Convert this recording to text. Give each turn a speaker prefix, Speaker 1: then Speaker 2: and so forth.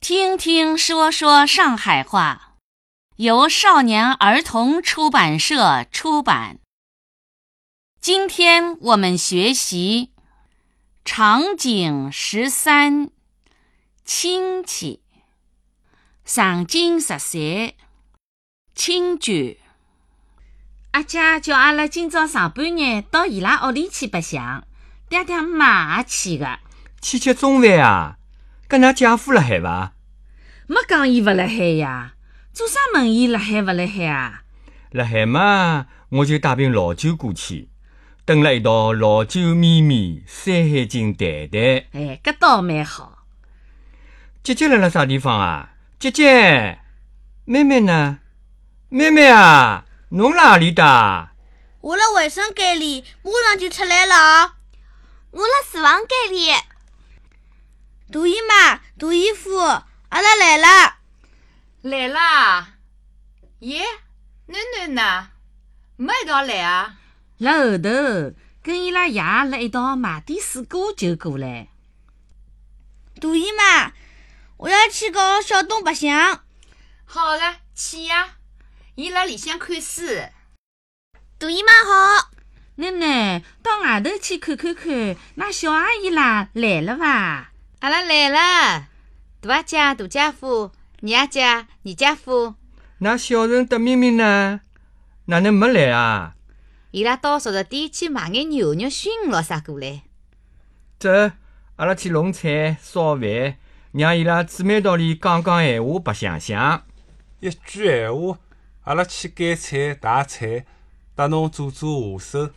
Speaker 1: 听听说说上海话，由少年儿童出版社出版。今天我们学习场景十三：亲戚。场景十三：亲眷。阿姐叫阿拉今朝上半日到伊拉屋里去白相，爹爹妈也去个。
Speaker 2: 去吃中饭啊？搿㑚姐夫辣海伐？
Speaker 1: 没讲伊勿辣海呀，做啥问伊辣海勿辣海啊？
Speaker 2: 辣海嘛，我就带瓶老酒过去，炖了一道老酒咪咪、山海经蛋蛋。
Speaker 1: 哎，搿倒蛮好。
Speaker 2: 姐姐辣辣啥地方啊？姐姐，妹妹呢？妹妹啊，侬辣何里搭？
Speaker 3: 我辣卫生间里，马上就出来了啊！我辣厨房间里。大姨妈、大姨夫，阿拉来了。
Speaker 4: 来啦！耶，囡囡呢？没一道来啊？
Speaker 1: 辣后头跟伊拉爷辣一道买点水果就过来。
Speaker 3: 大姨妈，我要去搞小东白相。
Speaker 4: 好了，去呀！伊辣里向看书。
Speaker 3: 大姨妈好，
Speaker 1: 奶奶到外头去看看看，那小阿姨啦来了伐？
Speaker 4: 阿拉来了，大阿姐、大姐夫、二阿姐、二姐夫，
Speaker 2: 㑚小陈得咪咪呢？哪能没来啊？
Speaker 4: 伊拉到熟食店去买眼牛肉、熏鱼咾啥过来。
Speaker 2: 走，阿拉去弄菜、烧饭，让伊拉姊妹道里讲讲闲话，白相相。
Speaker 5: 一句闲话，阿拉去拣菜、汏菜，搭侬做做下手，